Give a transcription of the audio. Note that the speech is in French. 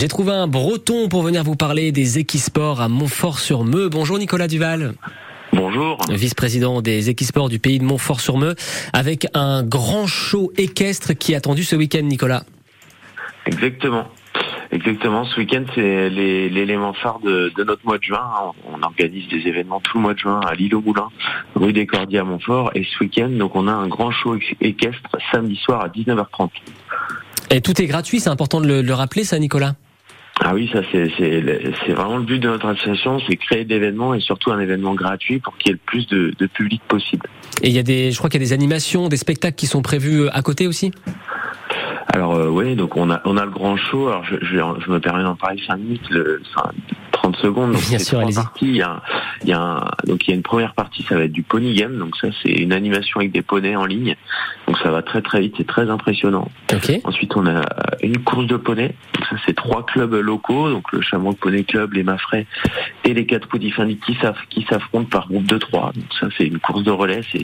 J'ai trouvé un breton pour venir vous parler des équisports à Montfort-sur-Meux. Bonjour Nicolas Duval, Bonjour. vice-président des équisports du pays de Montfort-sur-Meux, avec un grand show équestre qui est attendu ce week-end, Nicolas. Exactement. Exactement. Ce week-end, c'est les- l'élément phare de, de notre mois de juin. hein. On, on organise des événements tout le mois de juin à l'île au Moulin, rue des Cordiers à Montfort. Et ce week-end, donc, on a un grand show équ- équestre samedi soir à 19h30. Et tout est gratuit, c'est important de le, de le rappeler ça, Nicolas. Ah oui, ça, c'est c'est le- c'est vraiment le but de notre association, c'est créer d'événements et surtout un événement gratuit pour qu'il y ait le plus de, de public possible. Et il y a des, je crois qu'il y a des animations, des spectacles qui sont prévus à côté aussi. Alors euh, oui, donc on a on a le grand show. Alors je, je, vais en- je me permets d'en parler 5 minutes, le, enfin, 30 secondes. Donc Bien c'est sûr, trois allez-y. parties. Il y a, un- il y a un- donc il y a une première partie, ça va être du pony game. Donc ça c'est une animation avec des poneys en ligne. Donc ça va très très vite, c'est très impressionnant. Ok. Ensuite, on a une course de poney. Donc ça, c'est trois clubs locaux, donc le Chameau Poney Club, les Maffrets et les quatre Poudifindis qui s'aff- qui s'affrontent par groupe de trois. Donc ça, c'est une course de relais, c'est